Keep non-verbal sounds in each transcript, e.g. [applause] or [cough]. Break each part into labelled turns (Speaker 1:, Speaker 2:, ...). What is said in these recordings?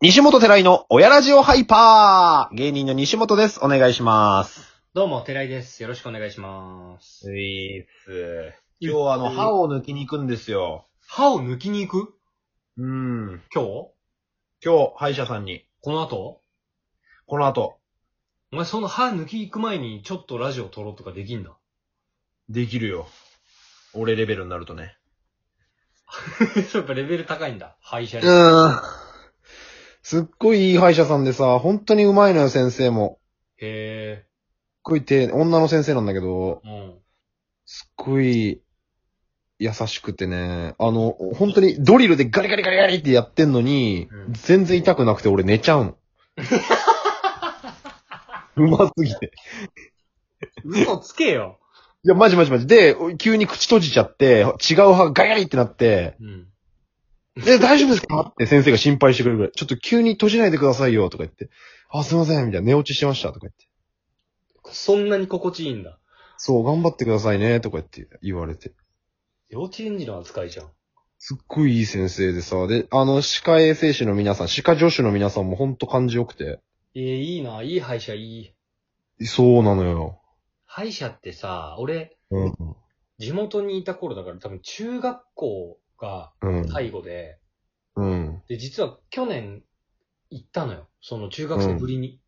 Speaker 1: 西本寺井の親ラジオハイパー芸人の西本です。お願いします。
Speaker 2: どうも、寺井です。よろしくお願いします。
Speaker 1: スイーツ。今日はあの、歯を抜きに行くんですよ。
Speaker 2: 歯を抜きに行く
Speaker 1: うん。
Speaker 2: 今日
Speaker 1: 今日、歯医者さんに、
Speaker 2: この後
Speaker 1: この後、
Speaker 2: お前その歯抜き行く前にちょっとラジオ撮ろうとかできんだ。 [laughs]
Speaker 1: できるよ。俺レベルになるとね。
Speaker 2: やっぱレベル高いんだ。歯医者
Speaker 1: う
Speaker 2: に。
Speaker 1: ーん。すっごいいい歯医者さんでさ、本当にうまいのよ、先生も。
Speaker 2: へ
Speaker 1: すっごいて、女の先生なんだけど、
Speaker 2: え。うん。
Speaker 1: すっごい、優しくてね。あの、本当にドリルでガリガリガリガリってやってんのに、
Speaker 2: うん
Speaker 1: 全然痛くなくて俺寝ちゃうの。 [laughs] うますぎて。
Speaker 2: 嘘つけよ。
Speaker 1: いや、マジマジマジ。で、急に口閉じちゃって、違う歯がガリガリってなって、
Speaker 2: うん。
Speaker 1: で、大丈夫ですかって先生が心配してくれるぐらい。ちょっと急に閉じないでくださいよ、とか言って。あ、すいません、みたいな。寝落ちしてました、とか言って。
Speaker 2: そんなに心地いいんだ。
Speaker 1: そう、頑張ってくださいね、とか言って言われて。
Speaker 2: 幼稚園児の扱いじゃん。
Speaker 1: すっごいいい先生でさ、で、あの、歯科衛生士の皆さん、歯科助手の皆さんもほんと感じよくて。
Speaker 2: ええいいな。いい歯医者、いい。
Speaker 1: そうなのよ。
Speaker 2: 歯医者ってさ、俺、
Speaker 1: うん。
Speaker 2: 地元にいた頃だから多分中学校が
Speaker 1: うん。
Speaker 2: 最後で、
Speaker 1: うん。
Speaker 2: で、実は去年行ったのよ。その中学生ぶりに。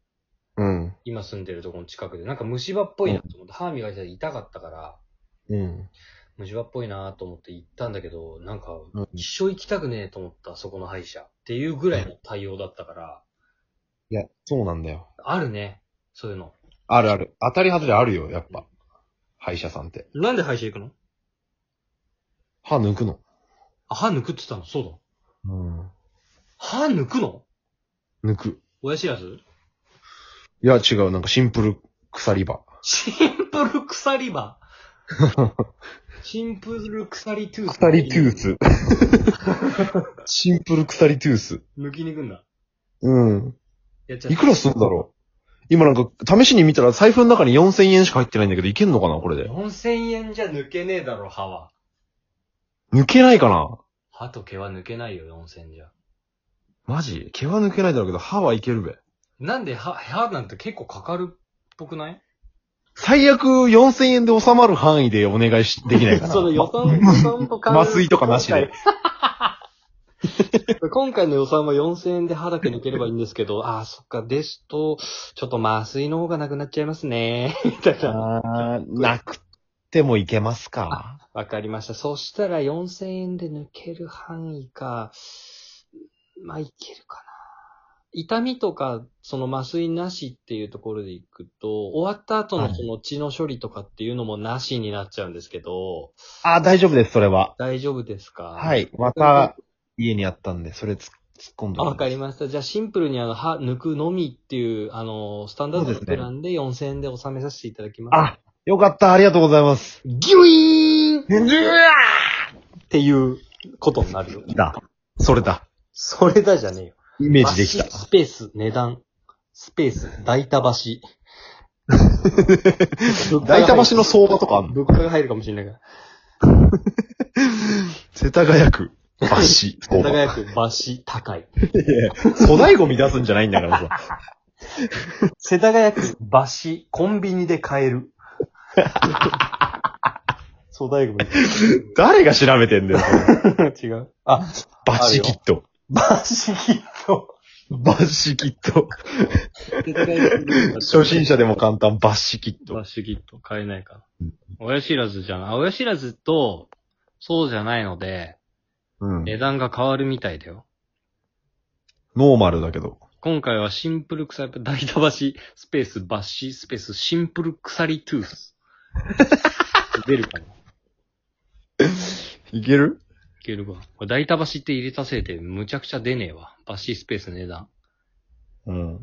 Speaker 1: うん。
Speaker 2: 今住んでるところの近くで、なんか虫歯っぽいなと思って、歯磨いたら痛かったから、
Speaker 1: うん。
Speaker 2: 虫歯っぽいなと思って行ったんだけど、なんか
Speaker 1: うん、
Speaker 2: 一生行きたくねえと思った、そこの歯医者。っていうぐらいの対応だったから、
Speaker 1: いや、そうなんだよ。
Speaker 2: あるね、そういうの。
Speaker 1: あるある。当たり外れあるよ、やっぱ。歯医者さんって。
Speaker 2: なんで歯医者行くの
Speaker 1: 歯抜くの。
Speaker 2: あ、歯抜くって言ったのそうだ。
Speaker 1: うん。
Speaker 2: 歯抜くの
Speaker 1: 抜く。
Speaker 2: 親知らず
Speaker 1: いや、違う。なんかシンプル鎖歯。
Speaker 2: シンプル鎖歯。 [laughs] シンプル鎖トゥース。
Speaker 1: 鎖トゥー。ス。 [laughs] シンプル鎖トゥース。
Speaker 2: 抜きに行くんだ。
Speaker 1: うん。
Speaker 2: やっちゃっ
Speaker 1: い
Speaker 2: た
Speaker 1: くらすんだろう今なんか、試しに見たら財布の中に4000円しか入ってないんだけど、いけんのかなこれで。
Speaker 2: 4000円じゃ抜けねえだろ、歯は。
Speaker 1: 抜けないかな
Speaker 2: 歯と毛は抜けないよ、4000円じゃ。
Speaker 1: マジ毛は抜けないだろうけど、歯はいけるべ。
Speaker 2: なんで歯、歯なんて結構かかるっぽくない
Speaker 1: 最悪4000円で収まる範囲でお願い [laughs] し、できないかな
Speaker 2: その予
Speaker 1: ま
Speaker 2: 算、予算とか。
Speaker 1: 麻酔とかなしで。
Speaker 2: 今回。 [laughs] 今回の予算は4000円で歯だけ抜ければいいんですけど、ああ、そっか、ですと、ちょっと麻酔の方がなくなっちゃいますね。 [laughs] みたいな。
Speaker 1: あーなくてもいけますか。
Speaker 2: わかりました。そしたら4000円で抜ける範囲か、まあ、いけるかな。痛みとか、その麻酔なしっていうところでいくと、終わった後
Speaker 1: はい
Speaker 2: のその血の処理とかっていうのもなしになっちゃうんですけど、
Speaker 1: あー、大丈夫です、それは。
Speaker 2: 大丈夫ですか
Speaker 1: はい。また、家にあったんで、それつ突っ込んで
Speaker 2: あわかり
Speaker 1: ま
Speaker 2: ました。じゃあシンプルにあの、歯抜くのみっていう、あの、スタンダードのプランで4000円で収めさせていただきます。
Speaker 1: あ、よかった、ありがとうございます。
Speaker 2: ギュイーンっ
Speaker 1: 返事
Speaker 2: ていうことになるよ。
Speaker 1: だ。それだ。
Speaker 2: それだじゃねえよ。
Speaker 1: イメージできた
Speaker 2: 足。スペース、値段。スペース、大田 [laughs] 橋。
Speaker 1: 大田橋の相場とかあんの
Speaker 2: 物価が入るかもしれないから。
Speaker 1: 世田谷区、橋、世
Speaker 2: 世田谷区、橋、高い。
Speaker 1: 粗大ゴミ出すんじゃないんだからさ。
Speaker 2: 世田谷区、橋、コンビニで買え [laughs] る。粗大ゴミ。
Speaker 1: 誰が調べてんだよ、それ
Speaker 2: 違う。あ、
Speaker 1: バシキット。
Speaker 2: バシキット。
Speaker 1: バシキット。初心者でも簡単、バシキット
Speaker 2: バ。シキット買えないかな。親知らずじゃん。あ、親知らずと、そうじゃないので、
Speaker 1: うん。
Speaker 2: 値段が変わるみたいだよ。
Speaker 1: ノーマルだけど。
Speaker 2: 今回はシンプル鎖、大田橋、スペース、バッシ、スペース、シンプル鎖トゥー
Speaker 1: [laughs]
Speaker 2: ス。出るかな。い
Speaker 1: いける
Speaker 2: けるか。これ大田橋って入れたせいで、むちゃくちゃ出ねえわ。バッシ、スペース、値段。
Speaker 1: うん。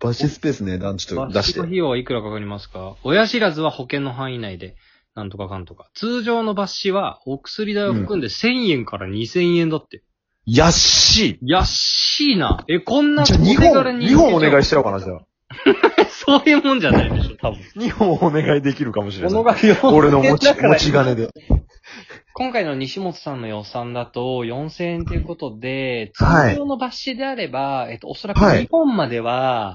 Speaker 1: バシスペース値段ちょっと出
Speaker 2: バッ
Speaker 1: し
Speaker 2: シ
Speaker 1: て
Speaker 2: の。費用はいくらかかりますか親知らずは保険の範囲内で、なんとかかんとか。通常の抜歯は、お薬代を含んで1000円から2000円だって。
Speaker 1: 安い
Speaker 2: 安いな。え、こんな
Speaker 1: じゃあ2
Speaker 2: お手軽
Speaker 1: 本、
Speaker 2: に
Speaker 1: 二本お願い
Speaker 2: い
Speaker 1: しちゃおうかな、じゃあ。
Speaker 2: [laughs] そういうもんじゃない
Speaker 1: [laughs]
Speaker 2: でしょ、多分。
Speaker 1: 2本お願いできるかもしれない。
Speaker 2: が
Speaker 1: 俺の持ち、持ち
Speaker 2: が
Speaker 1: 金で。
Speaker 2: 今回の西本さんの予算だと4000円ということで、
Speaker 1: はい
Speaker 2: 通常の抜歯であれば、えっと、おそらく
Speaker 1: はい
Speaker 2: 2本までは、は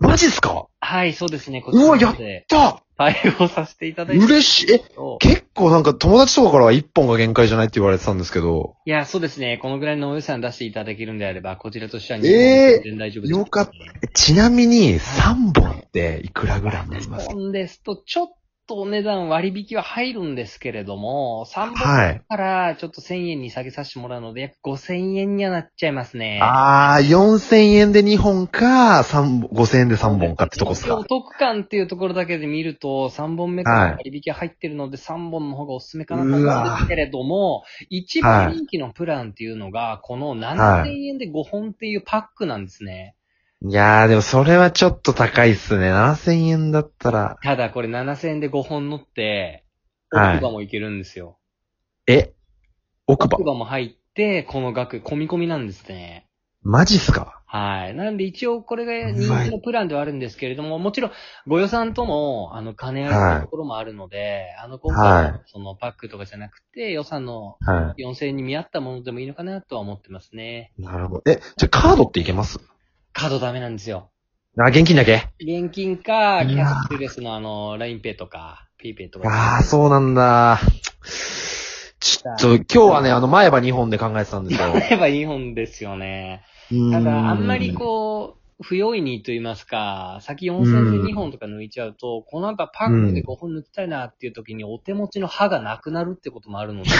Speaker 2: い、
Speaker 1: マジっすか
Speaker 2: そうですね、こ
Speaker 1: うわ
Speaker 2: ちらで
Speaker 1: だ
Speaker 2: 対応させていただいてる
Speaker 1: 嬉しい。え、
Speaker 2: と、
Speaker 1: 結構なんか友達とかからは一本が限界じゃないって言われてたんですけど、
Speaker 2: いや、そうですね、このぐらいのお予算出していただけるんであれば、こちらとしては2本
Speaker 1: えー
Speaker 2: 全然大丈夫です、
Speaker 1: よかっえちなみに3本っていくらぐらいになりますか
Speaker 2: 本ですと、ちょっとお値段割引は入るんですけれども、3本
Speaker 1: はい。
Speaker 2: からちょっと1000円に下げさせてもらうので、約5000円にはなっちゃいますね。
Speaker 1: あー、4000円で2本か、三本5000円で3本かってとこっすか
Speaker 2: お得感っていうところだけで見ると、3本目から割引入ってるので、3本の方がおすすめかなと思
Speaker 1: う
Speaker 2: うん
Speaker 1: わ
Speaker 2: ですけれども、一番人気のプランっていうのが、この7000円で5本っていうパックなんですね。
Speaker 1: いやー、でもそれはちょっと高いっすね。7000円だったら。
Speaker 2: ただこれ7000円で5本乗って、
Speaker 1: はい
Speaker 2: 奥歯もいけるんですよ。
Speaker 1: え奥歯
Speaker 2: 奥歯も入って、この額、込み込みなんですね。
Speaker 1: マジっすか
Speaker 2: はい。なんで一応これが
Speaker 1: うま
Speaker 2: 人
Speaker 1: い
Speaker 2: 気のプランではあるんですけれども、もちろんご予算とも、あの、兼ね合いのところもあるので、あの、今
Speaker 1: は
Speaker 2: 回
Speaker 1: い
Speaker 2: のそのパックとかじゃなくて、予算の
Speaker 1: は
Speaker 2: 4000円に見合ったものでもいいのかなとは思ってますね。
Speaker 1: い。なるほど。え、じゃあカードっていけます
Speaker 2: カードダメなんですよ。
Speaker 1: あ、現金だけ
Speaker 2: 現金か、キ
Speaker 1: い
Speaker 2: ャ
Speaker 1: やー
Speaker 2: ッシュレスのあの、ラインペイとか、ペイペイとか。 [laughs]
Speaker 1: ああ、そうなんだ。ちょっと、今日はね、あの、前歯2本で考えてたんですよ。
Speaker 2: あればいい本ですよね。
Speaker 1: う
Speaker 2: [laughs] た
Speaker 1: ん
Speaker 2: だ、あんまりこう、不用意にと言いますか、先4000円で2本とか抜いちゃうと、このやっぱパックで5本抜きたいなっていう時にお手持ちの歯がなくなるってこともあるので、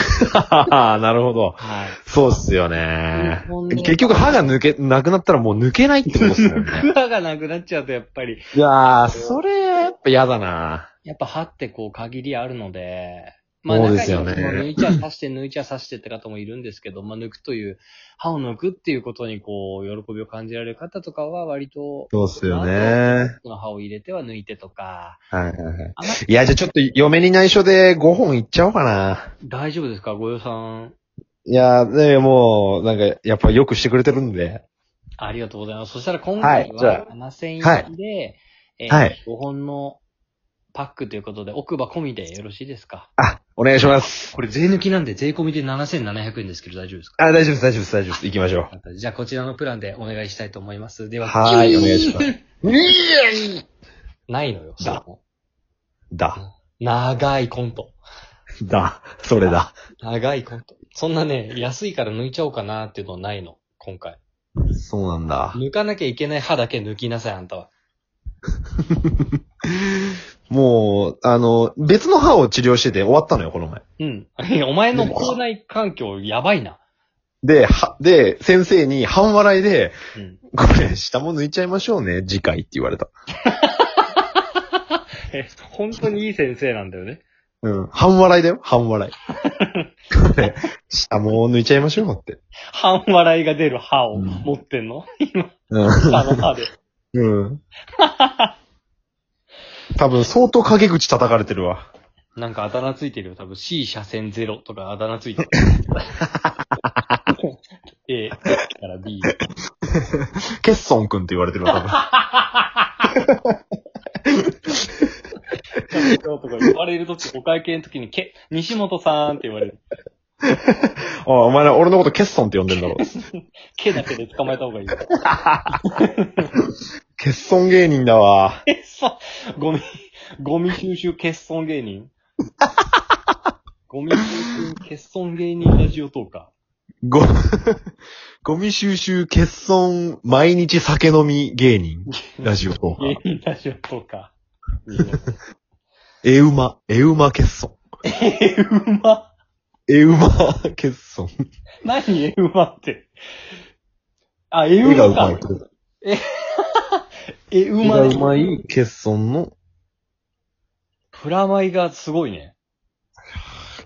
Speaker 1: [laughs] なるほど。
Speaker 2: はい。
Speaker 1: そうっすよね
Speaker 2: 日。本の
Speaker 1: 結局歯が抜け、なくなったらもう抜けないってことっすよ
Speaker 2: [laughs]
Speaker 1: ね。
Speaker 2: 歯がなくなっちゃうとやっぱり、
Speaker 1: いやー、それ、やっぱ嫌だな。
Speaker 2: やっぱ歯ってこう限りあるので、
Speaker 1: そうですよね
Speaker 2: 中にはその抜いちゃ刺して抜いちゃ刺してって方もいるんですけど、まあ抜くという、歯を抜くっていうことにこう、喜びを感じられる方とかは割と、
Speaker 1: そうっすよね。
Speaker 2: この歯を入れては抜いてとか、
Speaker 1: はいはいはい。
Speaker 2: あんま
Speaker 1: いや、じゃあちょっと嫁に内緒で5本いっちゃおうかな。
Speaker 2: 大丈夫ですかご予算
Speaker 1: いやー、ね、もう、なんか、やっぱよくしてくれてるんで。
Speaker 2: ありがとうございます。そしたら今
Speaker 1: は
Speaker 2: 回
Speaker 1: いじゃ
Speaker 2: は
Speaker 1: あ
Speaker 2: 7000円で、
Speaker 1: はい
Speaker 2: え
Speaker 1: はい
Speaker 2: 5本のパックということで、奥歯込みでよろしいですか
Speaker 1: あ、お願いします。
Speaker 2: これ税抜きなんで税込みで7700円ですけど大丈夫ですか
Speaker 1: あ、大丈夫です、大丈夫です、大丈夫です。行きましょ
Speaker 2: じゃあこちらのプランでお願いしたいと思います。で
Speaker 1: う。
Speaker 2: は、
Speaker 1: はーい、お願いします。いやい
Speaker 2: ないのよ。
Speaker 1: だ
Speaker 2: その
Speaker 1: だ、
Speaker 2: 長いコント。
Speaker 1: だ、それだ。
Speaker 2: 長いコント。そんなね、安いから抜いちゃおうかなっていうのないの。今回。
Speaker 1: そうなんだ。
Speaker 2: 抜かなきゃいけない歯だけ抜きなさい、あんたは。
Speaker 1: もう、あの、別の歯を治療してて終わったのよ、この前。
Speaker 2: うん。 [laughs] お前の口内環境やばいな。
Speaker 1: で、は、で、先生に半笑いで、
Speaker 2: うん。
Speaker 1: これ、下も抜いちゃいましょうね、次回って言われた。
Speaker 2: え、 [laughs] 本当にいい先生なんだよね。
Speaker 1: うん。半笑いだよ、半笑い。これ、下も抜いちゃいましょうって。
Speaker 2: 半笑いが出る歯を
Speaker 1: うん
Speaker 2: 持ってんの、あの
Speaker 1: う
Speaker 2: 歯で。
Speaker 1: ん。うん。多分、相当陰口叩かれてるわ。
Speaker 2: [laughs] なんかあだ名ついてるよ。多分 C 車線ゼロとかあだ名つ [laughs] いてる。A から B。
Speaker 1: ケッソン君って言われてるわ、多分。
Speaker 2: とか言われるとき、お会計のときに、け、西本さんって言われる。
Speaker 1: あお前ら、俺のことケッソンって呼んでんだろ。
Speaker 2: けだけで捕まえた方がいい。
Speaker 1: 欠損芸人だわ。
Speaker 2: え、そう、ゴミ、ゴミ収集欠損
Speaker 1: [laughs]
Speaker 2: 芸人ゴミ収集欠損芸人ラジオトーカー。
Speaker 1: ご、 [laughs] ゴミ収集、欠損、毎日酒飲み芸人、ラジオと
Speaker 2: 芸人ラジオとか。え
Speaker 1: えうま、えうま欠損。
Speaker 2: う [laughs] ま。
Speaker 1: えうま欠損。
Speaker 2: 何えうまって。あ、え
Speaker 1: 絵
Speaker 2: う
Speaker 1: が
Speaker 2: ま
Speaker 1: うま
Speaker 2: か
Speaker 1: い。。
Speaker 2: えう
Speaker 1: 絵
Speaker 2: ま
Speaker 1: が
Speaker 2: ね
Speaker 1: うまい欠損の、
Speaker 2: プラマイがすごいね。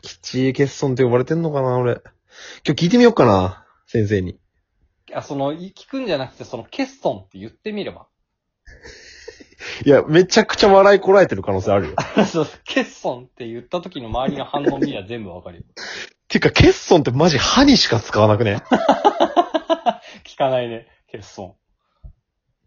Speaker 1: 吉江欠損って呼ばれてんのかな、俺。今日聞いてみようかな、先生に。
Speaker 2: あ、その、い聞くんじゃなくて、その、欠損って言ってみれば。 [laughs]
Speaker 1: いや、めちゃくちゃ笑いこらえてる可能性あるよ。 [laughs]
Speaker 2: そう、欠損って言った時の周りの反応見りゃ全部わ
Speaker 1: [laughs]
Speaker 2: かるよ。
Speaker 1: てか、欠損ってマジ歯にしか使わなくね。
Speaker 2: 聞かないね、欠損。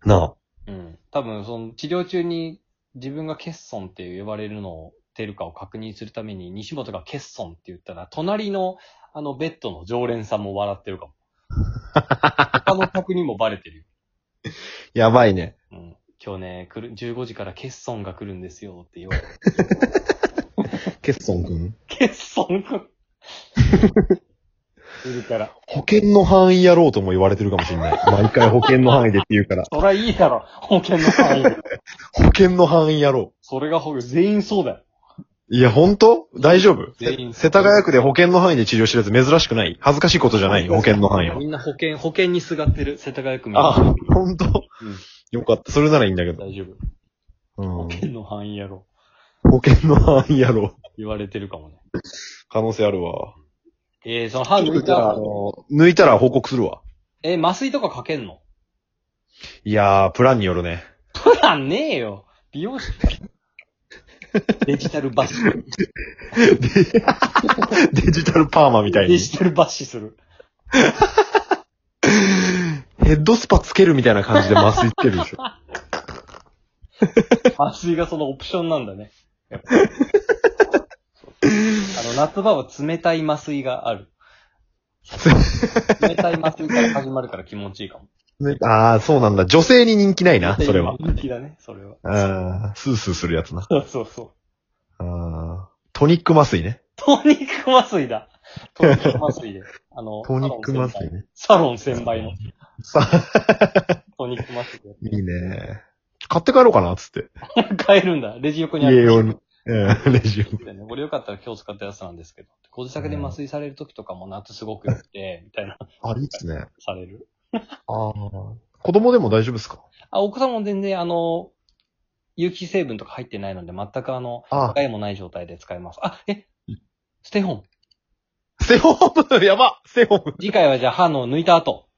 Speaker 1: なあ。
Speaker 2: うん。多分、その、治療中に自分が欠損って呼ばれるのをってるかを確認するために、西本が欠損って言ったら、隣の、あの、ベッドの常連さんも笑ってる
Speaker 1: [laughs]
Speaker 2: かも。他の客にもバレてるよ。
Speaker 1: やばいね。
Speaker 2: うん、今日ね、来る、15時から欠損が来るんですよって
Speaker 1: [laughs]
Speaker 2: 言われて。
Speaker 1: ケッソン君。
Speaker 2: 欠損がいるから。
Speaker 1: 保険の範囲やろうとも言われてるかもしれない。毎回保険の範囲でって言うから。 [laughs]
Speaker 2: そりゃいいだろ、保険の範囲で。
Speaker 1: 保険の範囲やろ
Speaker 2: それが保険、全員そうだよ。
Speaker 1: う。いや、ほんと大丈夫
Speaker 2: 全員
Speaker 1: せ世田谷区で保険の範囲で治療してるやつ珍しくない恥ずかしいことじゃない保険の範囲は
Speaker 2: み。んな保険、保険にすがってる、世田谷区民。
Speaker 1: あ、ほんと
Speaker 2: うん
Speaker 1: よかった。それならいいんだけど。
Speaker 2: 大丈夫。
Speaker 1: うん
Speaker 2: 保険の範囲やろ。
Speaker 1: 保険の範囲やろう。
Speaker 2: 言われてるかもね。
Speaker 1: 可能性あるわ。
Speaker 2: えー、その歯抜いた
Speaker 1: あ
Speaker 2: ら、
Speaker 1: の、抜いたら報告するわ。
Speaker 2: えー麻酔とかかけんの
Speaker 1: いやー、プランによる [laughs] ね。
Speaker 2: プランねえよ。美
Speaker 1: [laughs]
Speaker 2: 容師。デジタルバッシュ。
Speaker 1: でデジタルパーマみたい
Speaker 2: デ
Speaker 1: に。
Speaker 2: ジタルバッシュする。
Speaker 1: ヘッドスパつけるみたいな感じで麻酔つけるでしょ。
Speaker 2: 麻酔がそのオプションなんだね。
Speaker 1: [laughs]
Speaker 2: やっぱあの、夏場は冷たい麻酔がある。冷たい麻酔から始まるから気持ちいいかも。
Speaker 1: ね [laughs] ああ、そうなんだ。女性に人気ないな、それは。
Speaker 2: 人気だね、それは。
Speaker 1: あースースーするやつな。
Speaker 2: そうそうそう。
Speaker 1: あートニック麻酔ね。
Speaker 2: トニック麻
Speaker 1: [laughs]
Speaker 2: 酔だ。トニック麻酔で。あの、
Speaker 1: トニック麻酔ね。
Speaker 2: サロン1000倍の
Speaker 1: さ
Speaker 2: トニック麻酔で。
Speaker 1: [laughs] いいね。買って帰ろうかな、つって。
Speaker 2: 買えるんだ。レジ横にあ
Speaker 1: 家
Speaker 2: る。
Speaker 1: 用の。うん、レジ
Speaker 2: みたいな俺よかったら今日使ったやつなんですけど。ご自宅で麻酔される時とかも夏すごく良く
Speaker 1: [laughs]
Speaker 2: て、みたいな、
Speaker 1: あ、いいっすね。
Speaker 2: される。
Speaker 1: ああ。子供でも大丈夫ですか
Speaker 2: あ、お子さんも全然、あの、有機成分とか入ってないので、全くあの、
Speaker 1: あ
Speaker 2: 害もない状態で使えます。あ、えステイホーム。
Speaker 1: セホームやばセホーム [laughs]
Speaker 2: 次回はじゃあ歯の抜いた後。